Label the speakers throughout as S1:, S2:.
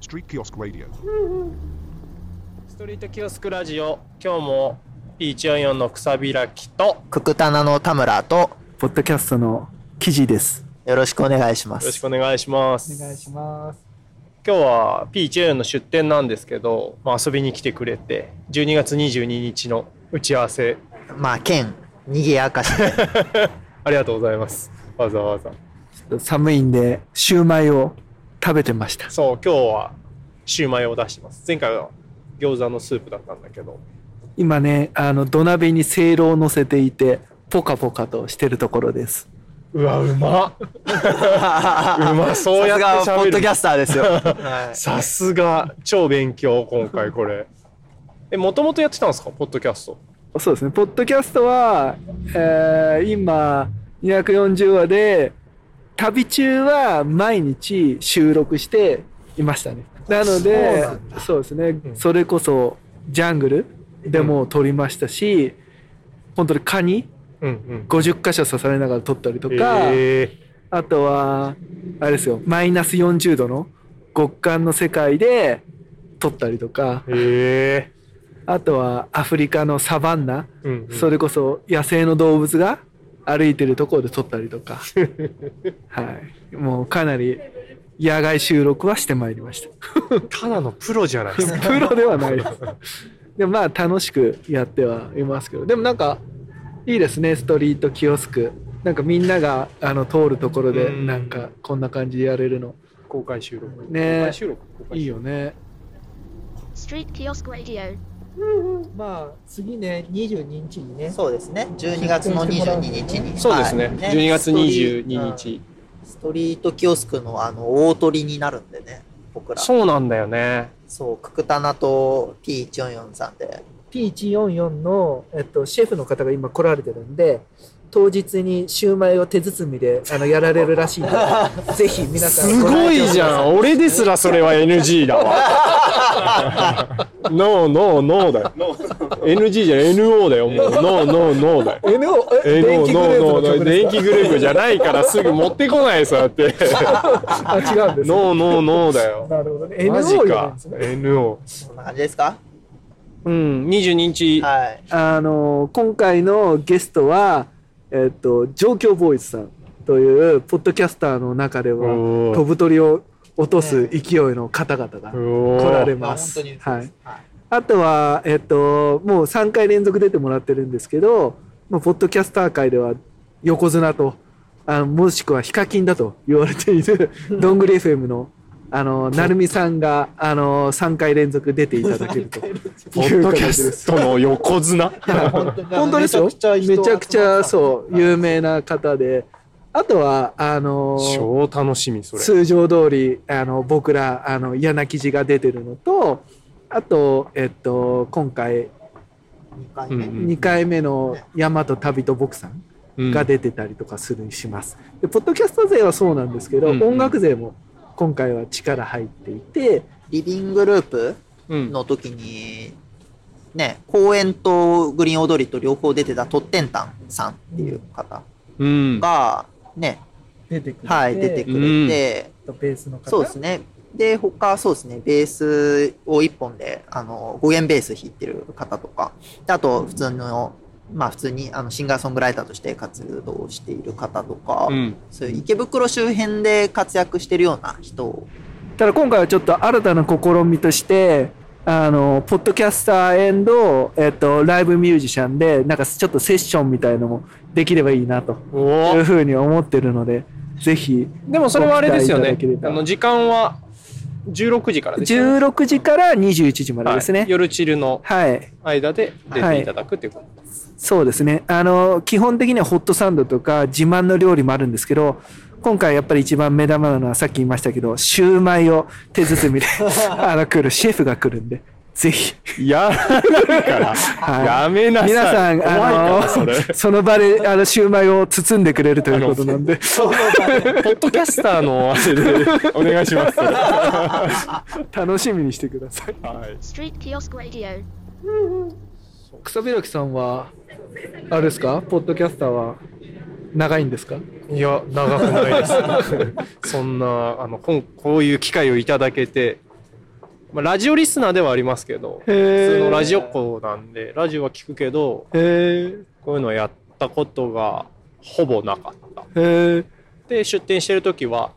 S1: Street Kiosk Radio.
S2: ストリートキオスクラジオ今日も P144 の草開きと
S3: ククタナの田村と
S4: ポッドキャストの記事です。
S3: よろしくお願いしま
S2: よろし
S3: す。
S2: くお願いします
S4: ます。
S2: 今日は P144 の出店なんですけど、まあ、遊びに来てくれて12月22日の打ち合わせ
S3: まあ、県、にぎやか しで
S2: ありがとうございますわざわざ
S4: 寒いんで、シューマイを食べてました。
S2: そう今日はシューマイを出してます前回は餃子のスープだったんだけど
S4: 今ね、あの、土鍋にせいろを乗せていて、ポカポカとしてるところです。
S2: うわうまっうまそうやっ
S3: さす
S2: て
S3: が、ポ
S2: 喋
S3: ッド
S2: る
S3: キャスターですよ。はい
S2: さすが超勉強今回これえもともとやってたんですかポッドキャスト
S4: そうですね、ポッドキャストは、えー今、240話で、旅中は毎日収録していましたね。なので、
S2: そう
S4: そ
S2: な
S4: うですね、
S2: ん
S4: それこそ、ジャングルでも撮りましたし、本当にカニ
S2: うんうん
S4: 50箇所刺されながら撮ったりとか、
S2: え
S4: あとは、あれですよ、マイナス40度の極寒の世界で撮ったりとか、
S2: ー、え
S4: あとはアフリカのサバンナ、
S2: ーうんうん
S4: それこそ野生の動物が歩いてるところで撮ったり とか、はい。もうかなり野外収録はしてまいりました。
S2: ただのプロじゃないですか
S4: プロではないです。でもまあ楽しくやってはいますけど、でもなんかいいですね、ストリートキオスク。なんかみんながあの通るところで
S2: うん
S4: なんかこんな感じでやれるの
S2: 公開収録
S4: ね
S2: 公開収録公開
S4: いい
S2: 収録
S4: よね。
S5: Street Kiosk Radio.
S6: まあ次ね22日にね
S3: そうですね。12月の22日に。
S2: そうですね、
S3: はい
S2: 12月22。
S3: ストリー
S2: 日
S3: ストリートキオスクのあの、大鳥になるんでね、僕ら。そう、
S2: そうなんだよね
S3: ククタナと T144 さんで。
S6: P144 の、えっと、シェフの方が今来られてるんで当日にシューマイを手包みであのやられるら しいのでぜひ皆さん
S2: すごいじゃ
S6: ん
S2: ん 俺ですらそれは NG だわ ノーノーノーだよ NG じゃない NO だよもうノーノーノ ーだよ
S6: NO え
S2: え
S6: 電
S2: の
S6: 気グレー
S2: の
S6: プの
S2: の
S6: 曲で
S2: 電気グループじゃないからすぐ持ってこないそうやって
S6: すかあ違うんです
S2: ノーノーノーだよ
S6: なるほどね
S2: マ
S6: NO
S2: ジ
S6: よりもいい
S2: か
S6: ですね
S2: NO
S3: そんな感じですか
S2: うん22日
S3: はい。
S4: あの今回のゲストは、えっと、上京ボーイズさんというポッドキャスターの中では
S2: おー
S4: 飛ぶ鳥を落とす勢いの方々が
S2: おー
S4: 来られます。
S3: あ本当にそう
S4: は
S3: で
S4: い
S3: すはい。
S4: あとは、えっと、もう3回連続出てもらってるんですけど、まあ、ポッドキャスター界では横綱と、あのもしくはヒカキンだと言われてい る、どんぐり FM の、あの、なるみさんが、あの、3回連続出ていただけるという
S2: ポッド
S4: 形
S2: キャ
S4: です。
S2: ストの横綱
S4: 本当ですよ。めちゃくちゃ、そう、有名な方で、あとは、あの、
S2: 超楽しみそれ
S4: 通常通りあの僕らあの嫌な記事が出てるのとあと、えっと、今回
S3: 2回
S2: う
S3: 目。
S2: ん
S4: 2回目の「大和旅と僕さん
S2: うん」
S4: が出てたりとかするします。でポッドキャスト勢はそうなんですけど、
S2: うんうん
S4: 音楽勢も今回は力入っていて
S3: リビングループ
S2: うん
S3: の時に、ね、公園とグリーン踊りと両方出てたトッテンタンさんっていう方
S2: うん
S3: が、ね、
S6: 出てくる
S3: はい、出てくれて、
S6: ベースの方
S3: そうですね。で、他、そうですね、ベースを一本で、あの、5弦ベース弾いてる方とか、であと、普通の、まあ、普通に、あの、シンガーソングライターとして活動している方とか、
S2: うん
S3: そういう池袋周辺で活躍してるような 人
S4: ただ今回はちょっと新たな試みとしてあのポッドキャスターエンド、えっと、ライブミュージシャンでなんかちょっとセッションみたいのもできればいいなと
S2: お
S4: い
S2: ー
S4: うふうに思ってるのでぜひ
S2: でもそれはあれですよ
S4: ご期
S2: ね
S4: 待いただければ
S2: あの時間は16時からですよね
S4: 16時から21時までです
S2: はい
S4: ね。
S2: 夜チルの
S4: はい、
S2: 間で出ていただくっていうこと
S4: そうですね。あの、基本的にはホットサンドとか自慢の料理もあるんですけど、今回やっぱり一番目玉なのはさっき言いましたけど、シューマイを手包みで、あの、来る、シェフが来るんで、ぜひ。
S2: やらないから、
S4: はい
S2: やめなさい。
S4: 皆さん、
S2: 怖いから、
S4: あ
S2: そ
S4: の、
S2: れ。
S4: その場で、あの、シューマイを包んでくれるということなんで、
S2: ポッドキャスターのあれでお願いします。
S4: 楽しみにしてください。
S2: はい。
S5: Street Kiosk Radio.
S4: 草開きさんは、あれですかポッドキャスターは長いんですか
S2: いや、長くないです。そんな、あの、こんこういう機会をいただけて、まあ、ラジオリスナーではありますけど、普通のラジオっ子なんで、ラジオは聞くけど、
S4: へ
S2: こういうのやったことがほぼなかった。
S4: えへえ
S2: で、出店してる時は、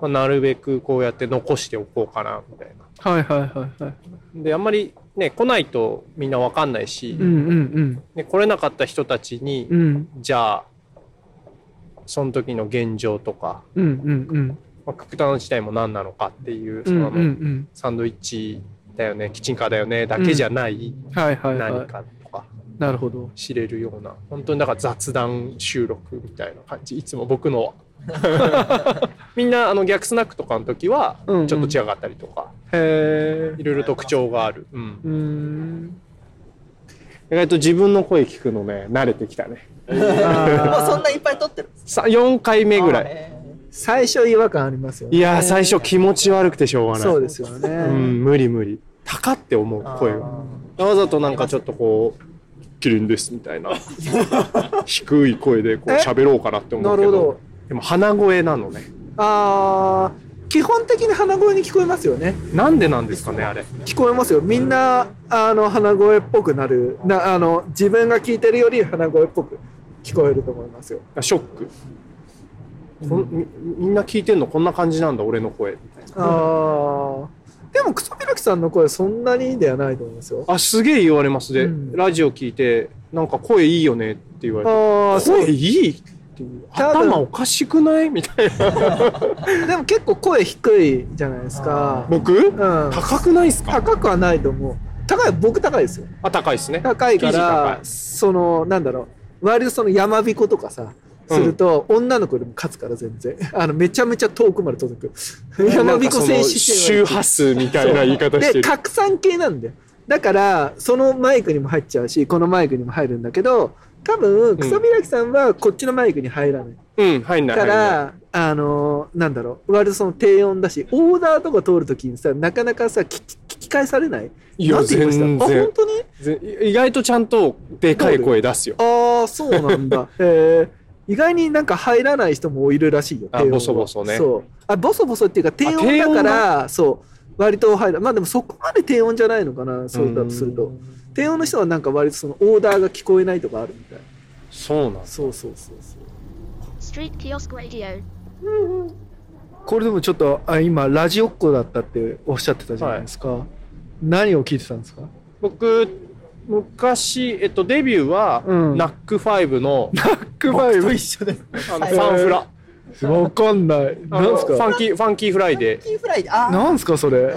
S2: まあ、なるべくこうやって残しておこうかな、みたいな。
S4: はいはいはいはい
S2: で、あんまりね、来ないとみんなわかんないし、
S4: うんうん
S2: で来れなかった人たちに、
S4: うんうん
S2: じゃあ、その時の現状とか、
S4: うんうんうん
S2: まあ、ククタの自体も何なのかっていう、そ
S4: うんう
S2: の、
S4: ん
S2: サンドイッチだよね、キッチンカーだよね、だけじゃない
S4: うんはいはいは
S2: 何
S4: い
S2: かとか
S4: なるほど
S2: 知れるような、本当にだから雑談収録みたいな感じ、いつも僕 の。みんなあの逆スナックとかの時はち
S4: うんう
S2: ょ
S4: ん
S2: っと違かったりとか、
S4: へえ
S2: いろいろ特徴がある、うん
S4: うーん
S2: 意外と自分の声聞くのね慣れてきたね
S3: もうそんないっぱい撮ってるんです
S2: さ4回目ぐらい
S3: ね。
S6: 最初違和感ありますよ
S2: い
S6: ね。
S2: やー最初気持ち悪くてしょうがない
S4: そうですよね、
S2: うん、無理無理高って思う声がわざとなんかちょっとこう「キリンです」みたい な低い声でこう
S4: え
S2: 喋ろうかなって思
S4: な
S2: うけ
S4: るほ
S2: ど
S4: ど
S2: でも鼻声なのね
S4: あー基本的に鼻声に聞こえますよね
S2: なんでなんですかねあれ
S4: 聞こえますよみんなあの鼻声っぽくなるなあの自分が聞いてるより鼻声っぽく聞こえると思いますよ
S2: ショックこんみみんな聞いてんのこんな感じなんだ俺の声
S4: あーでもクソピラキさんの声そんなにではないと思いますよ
S2: あすげえ言われますで、
S4: うん
S2: ラジオ聞いてなんか声いいよねって言われて
S4: ああそう
S2: 声いいっていう
S4: 多分
S2: 頭おかしくないみたいな
S4: でも結構声低いじゃないですか
S2: 僕
S4: うん
S2: 高くないっすか
S4: 高くはないと思う高い僕高いですよ
S2: あ高いっすね
S4: 高いか
S2: 生地
S4: ら
S2: 高い
S4: そのなんだろう割とその山彦とかさすると、女の子でも勝つから全然 あのめちゃめちゃ遠くまで 届く山彦選手
S2: 周波数みたいな言い方して
S4: で
S2: る
S4: 拡散系なんだよだからそのマイクにも入っちゃうしこのマイクにも入るんだけど多分草開きさんはこっちのマイクに入らない、
S2: うん入んない
S4: か
S2: 入んない
S4: ら、あのーなんだろう割とその低音だしオーダーとか通るときにさなかなかさ聞き聞き返されない
S2: いや
S4: なんて言いました
S2: 全
S4: あ
S2: 然
S4: 本当に
S2: ぜ意外とちゃんとでかい声出すよ。
S4: ああそうな んだへえ意外になんか入らない人もいるらしいよ
S2: あ
S4: 低音は
S2: ボソボソね
S4: そうあボソボソっていうか低音だからそう割と入るまあでもそこまで低音じゃないのかなそうだとすると低音の人はなんか割とそのオーダーが聞こえないとかあるみたい
S2: そうなんです。
S4: そうそうそうそう
S5: Street Kiosk Radio.
S6: これでもちょっとあ今ラジオっ子だったっておっしゃってたじゃないですか。何を聞いてたんですか。
S2: 僕昔えっとデビューは、
S6: うん
S2: ナックファイブの
S6: クマイ一緒で。
S2: あのファンフラ。
S6: わかんない。な
S2: あ
S6: ん
S2: の
S6: す
S2: ファ
S6: か。
S2: ンキーファンキーフライで
S3: キーフライで、あ
S6: なんすかそれ、
S3: ん
S6: ナ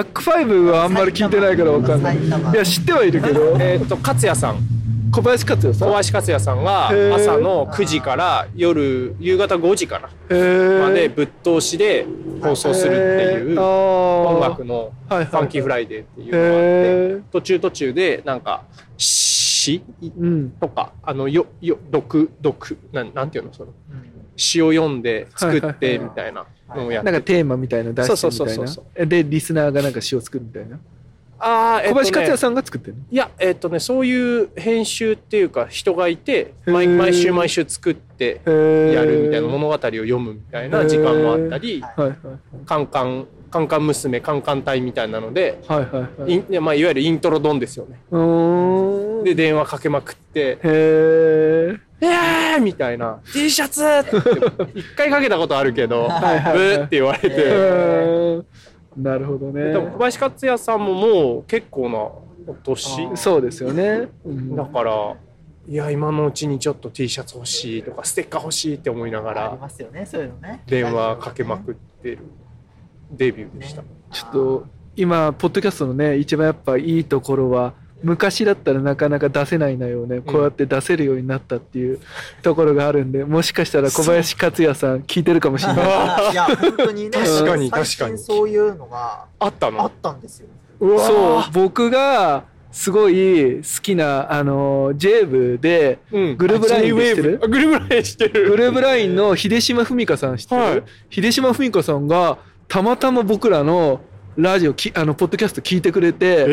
S6: ックファイブはあんまり聞いてないからわかんない。
S3: 埼玉
S6: いや知ってはいるけ ど。
S2: えっと勝也さん
S6: 小林克也さん。
S2: 小林克也さんは
S6: へー
S2: 朝の9時から夜夕方5時から
S6: へー
S2: までぶっ通しで放送するってい
S6: へー
S2: う音
S6: あー
S2: 楽のフ
S6: はいはい
S2: ァンキーフライデーっていうのが
S6: へ
S2: あっ
S6: ー
S2: て途中途中でなんかし
S6: うん。
S2: とか、あの、よ、よ、毒、毒、なん、なんていうの、その、詩を読んで作っ
S6: はい
S2: て、
S6: はい
S2: みたいなのをやっ
S6: なんか
S2: て。
S6: テーマみたいな出してみたい
S2: そうそうそう
S6: な
S2: そう
S6: えでリスナーがなんか詩を作るみたいな、
S2: ああ、えっ
S6: 小
S2: とね
S6: 林克也さんが作ってるの
S2: いや、えっとね、そういう編集っていうか、人がいて、
S6: へー
S2: 毎毎週毎週作って、やるみたいな
S6: も
S2: 物語を読むみたいな時間もあったり、
S6: はいはい
S2: カンカン、カンカン娘、カンカン隊みたいなので、
S6: はいはいはい
S2: いんまあ、いわゆるイントロドンですよね。
S6: うーん
S2: で、電話かけまくって、
S6: へえ
S2: えーみたいな、T シャツって、一回かけたことあるけど、ブ
S6: いはいはい
S2: ーって言われて、
S6: なるほどね
S2: でも小林克也さんももう結構なお年
S6: そうですよね、うん
S2: だからいや今のうちにちょっと T シャツ欲しいとかステッカー欲しいって思いなが
S3: あり
S2: ら
S3: ますよね、そういうのね。
S2: 電話かけまくってるデビューでした、
S6: ちょっと今ポッドキャストのね一番やっぱいいところは昔だったらなかなか出せない内容をねこうやって出せるようになったっていうところがあるんでもしかしたら小林克也さん聞いてるかもしれない
S3: いや、本当に ね、
S2: 確かに
S3: 最
S2: 確かに
S3: 近そういうのが
S2: あった
S3: あっ
S2: の
S3: たんですよ。
S6: そう僕がすごい好きなあの J ブで
S2: うん
S6: グルーブラインで知ってる
S2: J-Wave あグルーブラインしてる
S6: グルーブラインの秀島文香さん知ってる、
S2: はい
S6: 秀島文香さんがたまたま僕らのラジオきあのポッドキャスト聞いてくれて、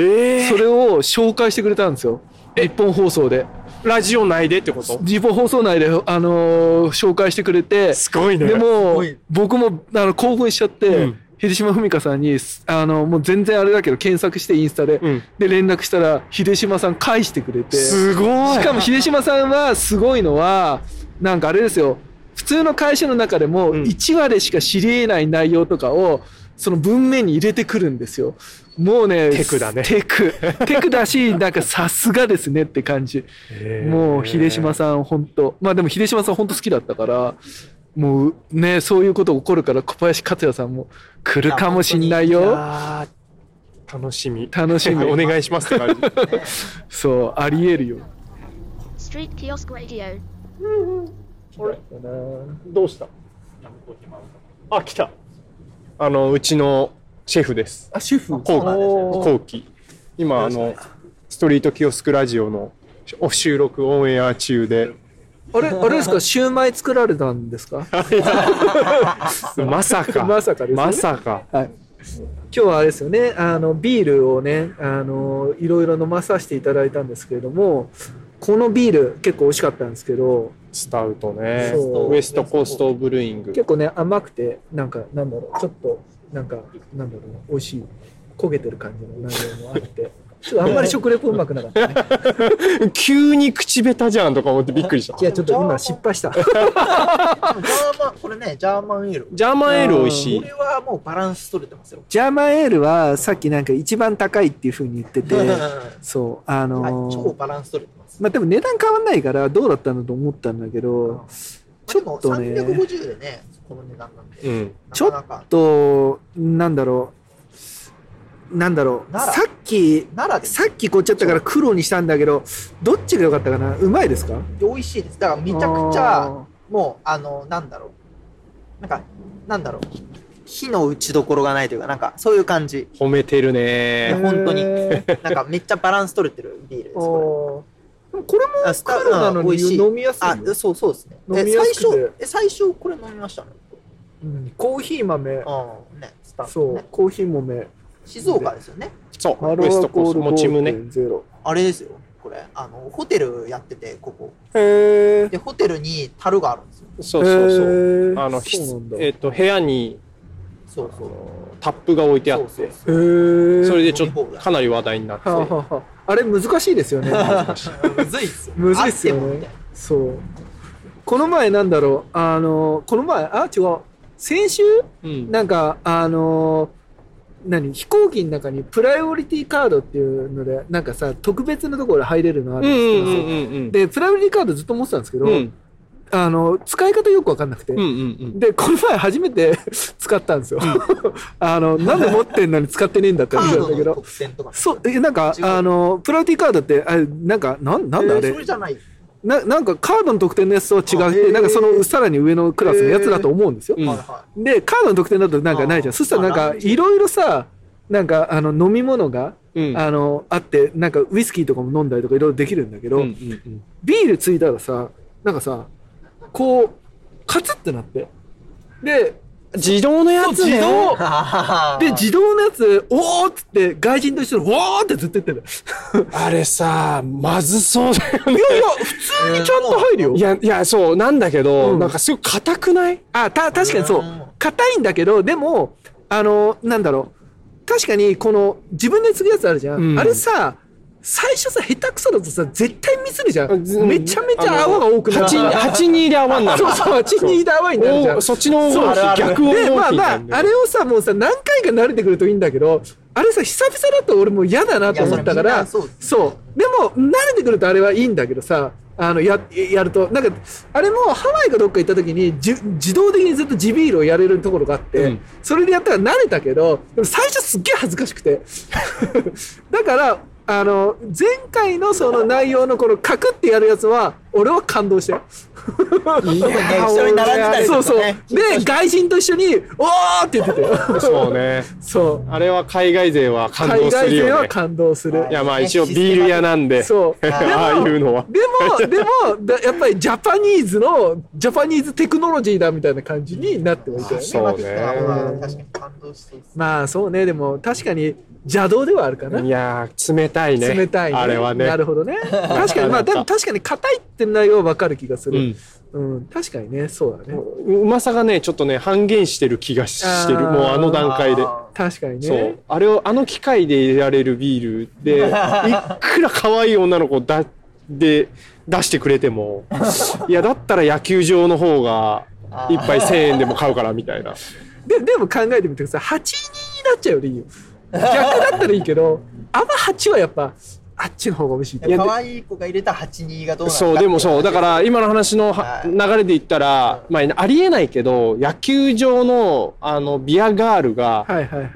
S2: え
S6: それを紹介してくれたんですよ日本放送で
S2: ー、ラジオ内でってこと
S6: 日本放送内で、あのー紹介してくれて
S2: すごいね
S6: でも
S3: ごい
S6: 僕もあの興奮しちゃって、
S2: うん
S6: 秀島文香さんに、すあの、もう全然あれだけど、検索してインスタで、
S2: うん
S6: で、連絡したら、秀島さん返してくれて。
S2: すごい
S6: しかも秀島さんはすごいのはなんかあれですよ普通の会社の中でも
S2: うん
S6: 1話でしか知り得ない内容とかをその文面に入れてくるんですよもうね
S2: テクだね
S6: テクテクだしなんかさすがですねって感じもう秀島
S2: さ
S6: さん本当まあでも秀島さん本当好きだったからもうねそういうこと起こるから小林克也さんも来るかもしんないよ
S2: あー楽しみ
S6: 楽しみ
S2: お願いしますって感じ
S6: そうありえるよ
S5: Street Kiosk Radio.
S2: どうしたあ来たあのうちのシェフです
S4: あ、主婦。
S2: 後期後期今あのストリートキオスクラジオのお収録オンエア中で
S4: あれ、あれですか、シューマイ作られたんですか。
S2: まさか
S4: まさかですよね
S2: まさか
S4: 今日はあれですよね、あのビールをね、あのいろいろ飲まさせていただいたんですけれども。このビール、結構美味しかったんですけど、
S2: スタウトね
S4: そう
S2: ウエストコーストブルーイング
S4: 結構ね、甘くて、なんか、なんだろう、ちょっと、なんか、なんだろうな、美味しい。焦げてる感じの内容もあって。 ちょっとあんまり食レポうまくなか った、ね。
S2: 急に口下手じゃんとか思ってびっくりした
S4: いや、ちょっと今失敗 した。
S3: ジャーマン、これね、ジャーマンエール。
S2: ジャーマンエール美味しい
S3: これはもうバランス取れてますよ。
S4: ジャーマンエールは、さっきなんか一番高いっていう風に言ってて。 そう、あのー
S3: はい超バランス取れてます。
S4: まあでも値段変わんないからどうだったんだと思ったんだけど、
S3: ち
S4: ち
S3: ょ
S4: ょ
S3: っ
S4: っ
S3: と
S4: と
S3: ね。
S4: ね
S3: 350でね、この値段なんで。
S2: うん
S3: なかなか。
S4: と、なんだろう、なんだろう、
S3: なら
S4: さっき、
S3: 奈良で
S4: さっきこっちゃったから黒にしたんだけど、どっちが良かったかなうまいですか
S3: 美味しいです。だからめちゃくちゃ、。もう、あの、なんだろう。なんか、なんだろう。火の打ちどころがないというか、なんか、そういう感じ。
S2: 褒めてる
S4: あー
S2: ね
S3: 本当に
S4: へ ー
S3: なんか、めっちゃバランス取れてるビールです。こ
S4: おーでもこれも
S3: れあスタ
S4: 黒なの
S3: うん美
S4: に
S3: 味しい
S4: 飲みやすい
S3: あ
S4: よ、
S3: そうそうですね。
S4: 飲
S3: え、
S4: みや
S3: 最
S4: すくて
S3: 初、え、最初これ飲みましたね。
S4: うんコーヒー豆、
S3: うん、ね、スター
S4: そ
S3: ト、
S4: う
S3: ね。、
S4: コーヒー豆、
S3: 静岡ですよね。
S2: そう
S4: ア
S2: ウ
S4: ル
S2: エス
S4: ア
S2: トコー
S4: コ
S2: ス
S4: ー
S2: ト
S4: ル
S2: もち胸
S4: 5.0。
S3: あれですよ。これ、あの、ホテルやってて、ここ。
S4: へー
S3: で、ホテルに樽があるんです
S2: そ
S3: よ。
S2: うそうそう
S4: へー
S2: あのひ
S4: そうなんだ。
S2: えっと部屋に
S3: そうそう。
S2: タップが置いてあっ
S3: そう
S2: て
S3: そう
S4: へー
S2: それでちょっ
S3: 飲み
S2: と
S3: 放題
S2: かなり話題になって
S4: はあはあはああれ難しいですよね
S3: そう むずいっすよ。
S4: むずいっすよ
S3: あってもみ
S4: ね
S3: たいな
S4: そうこの前なんだろうあのこの前あ違う先週
S2: うん
S4: なんかあの何飛行機の中にプライオリティカードっていうのでなんかさ特別なところ入れるのあ
S2: う
S4: るん
S2: ん
S4: で
S2: うん
S4: すけど、
S2: うんうん
S4: でプライオリティカードずっと持ってたんですけど、
S2: うん
S4: あの使い方よく分かんなくて、
S2: うんうん
S4: でこの前初めて 使ったんですよ、 あのなんで持ってんのに使ってねえんだって
S3: カ
S4: 話
S3: ー
S4: なんだけ
S3: ドの
S4: ど
S3: 特典とか。
S4: そう、えなんか
S3: 違、う
S4: あの、プライオリティカードって、あれなんか、なん、なんだあ
S3: え
S4: れ、
S3: ーそれじゃない。
S4: ななんかカードの得点のやつと違
S3: あ
S4: っ
S3: へ
S4: て、
S3: ー
S4: なんかその、さらに上のクラスのやつだと思うんですよ。
S2: うん
S3: はいは
S4: で、カードの得点だとなんかないじ
S3: あ
S4: ゃん。そしたらなん
S3: まあ
S4: か
S3: な、んで
S4: いろいろさ、なんか、あの、飲み物が、
S2: うん
S4: あの、あって、なんか、ウイスキーとかも飲んだりとかいろいろできるんだけど、
S2: うんうんうん
S4: ビールついたらさ、なんかさ、こう、カツってなって。で、
S2: 自動のやつね
S4: 自動
S3: い。
S4: で、自動のやつ、おーっつって、外人と一緒に、おーってずっと言ってんだよ。
S2: あれさまずそうだよね
S4: いやいや、普通にちゃんと入るよ。
S2: いやいやそうなんだけど
S4: うん
S2: なんかすごい硬くない
S4: あ、た、確かにそう
S3: うーん
S4: う。硬いんだけど、でも、あの、なんだろう。確かに、この、自分で継ぐやつあるじゃん。
S2: うん
S4: あれさ、最初さ、下手くそだとさ、絶対ミスるじゃん。
S2: ず
S4: めちゃめちゃ泡が多くなる。
S2: 8 8人で泡になる
S4: そうそう、8、2で泡になるじゃん
S2: お。そっちの黄
S3: そうあ
S2: 金
S3: る
S2: 比
S3: ある
S2: 逆黄金
S4: で、
S2: 比
S4: まあまあ
S2: なん、だ
S4: あ
S2: よ
S4: れをさ、もうさ、何回か慣れてくるといいんだけど、あれさ、久々だと俺もう嫌だなと思ったか
S3: いや
S4: ら、
S3: それみんなそうです
S4: そう。でも、慣れてくるとあれはいいんだけどさ、あの、や、やると、なんか、あれもハワイかどっか行った時に、じ自動的にずっと地ビールをやれるところがあって、
S2: うん
S4: それでやったら慣れたけど、でも最初すっげえ恥ずかしくて。 だから、あの、前回のその内容のこのカクってやるやつは、俺は感動したよ。
S2: いや
S3: ね一緒に並んでたりと
S4: そ
S3: かね
S4: うそう。で、外人と一緒に、おーって言ってた よ。
S2: そうね
S4: そう。
S2: あれは海外勢は感動す
S4: 海外
S2: る
S4: 勢
S2: よね
S4: は感動する
S2: い。やまあ一応ビール屋なんで
S4: そう。でも、
S2: ああいうのは
S4: でも、でもだやっぱりジャパニーズの、ジャパニーズテクノロジーだみたいな感じになってはいたよね。
S2: そうね
S3: 確かに感動していいっす。
S4: まあそうね、でも確かに邪道ではあるかな。
S2: いやー冷たいね
S4: 冷たいね。
S2: あれはね
S4: なるほどね。確かに、まあ、でも確かに硬いってってる内容はわかる気がす
S2: う
S4: る。
S2: ん
S4: うん、確かにね、そうだね。
S2: うまさがね、ちょっとね、半減してる気がしてる。
S4: あー
S2: もうあの段階で。
S3: あ
S4: 確かにね。
S2: そう。あれを、あの機械で入れられるビール で、いくら可愛い女の子だ、で、出してくれて も、いや、だったら野球場の方が、
S3: あー
S2: 一杯1000円でも買うから、みたいな。
S4: ででも考えてみてください8人になっちゃうよりいいよ逆だったらいいけどあんま8はやっぱあっちの方が美味しい
S3: ー
S4: いや
S3: 可愛い子が入れた82がどうなるか
S2: そう、でもそう、だから今の話のは
S3: はい
S2: 流れで言ったら、まあ、ありえないけど、野球場の、あの、ビアガールが、
S4: はいはいはい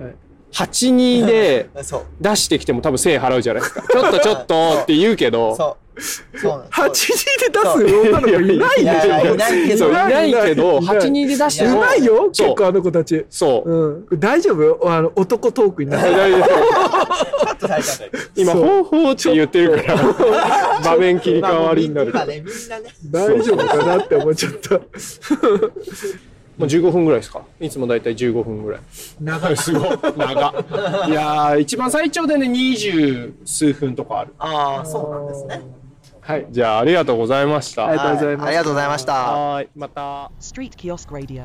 S2: 82で
S3: らそう
S2: 出してきても多分1000円払うじゃないですか。ちょっとちょっとって言うけど、
S3: そうそう なんです
S4: 8人で出す女の子いない
S3: いやい
S4: でし
S3: や
S4: ょ
S3: いないけ
S2: そうい
S3: ど
S2: ないけど、
S4: いない
S2: 82で出して
S3: や
S4: う
S2: も、
S4: まいよ
S2: そう
S4: 結構あの子たち
S2: そう。
S4: うん大丈夫よあの男トークになる
S3: カットされたんだよ
S2: 今、
S4: そう
S2: ほうほうって言ってるから、 場面切り替わりになる。
S3: 今
S2: も
S3: ねみんなね
S4: 大丈夫かなって思っちゃった
S2: う15分ぐらいですかいつもだいたい15分ぐらい。長い、すごい。長い。いやー、一番最長でね、20数分とかある。
S3: ああそうなんですね
S2: はい。じ ゃあ、ありがとうございました。
S4: ありがとうございます
S3: はありがとうございました
S2: はーい。また。
S1: Street Kiosk Radio.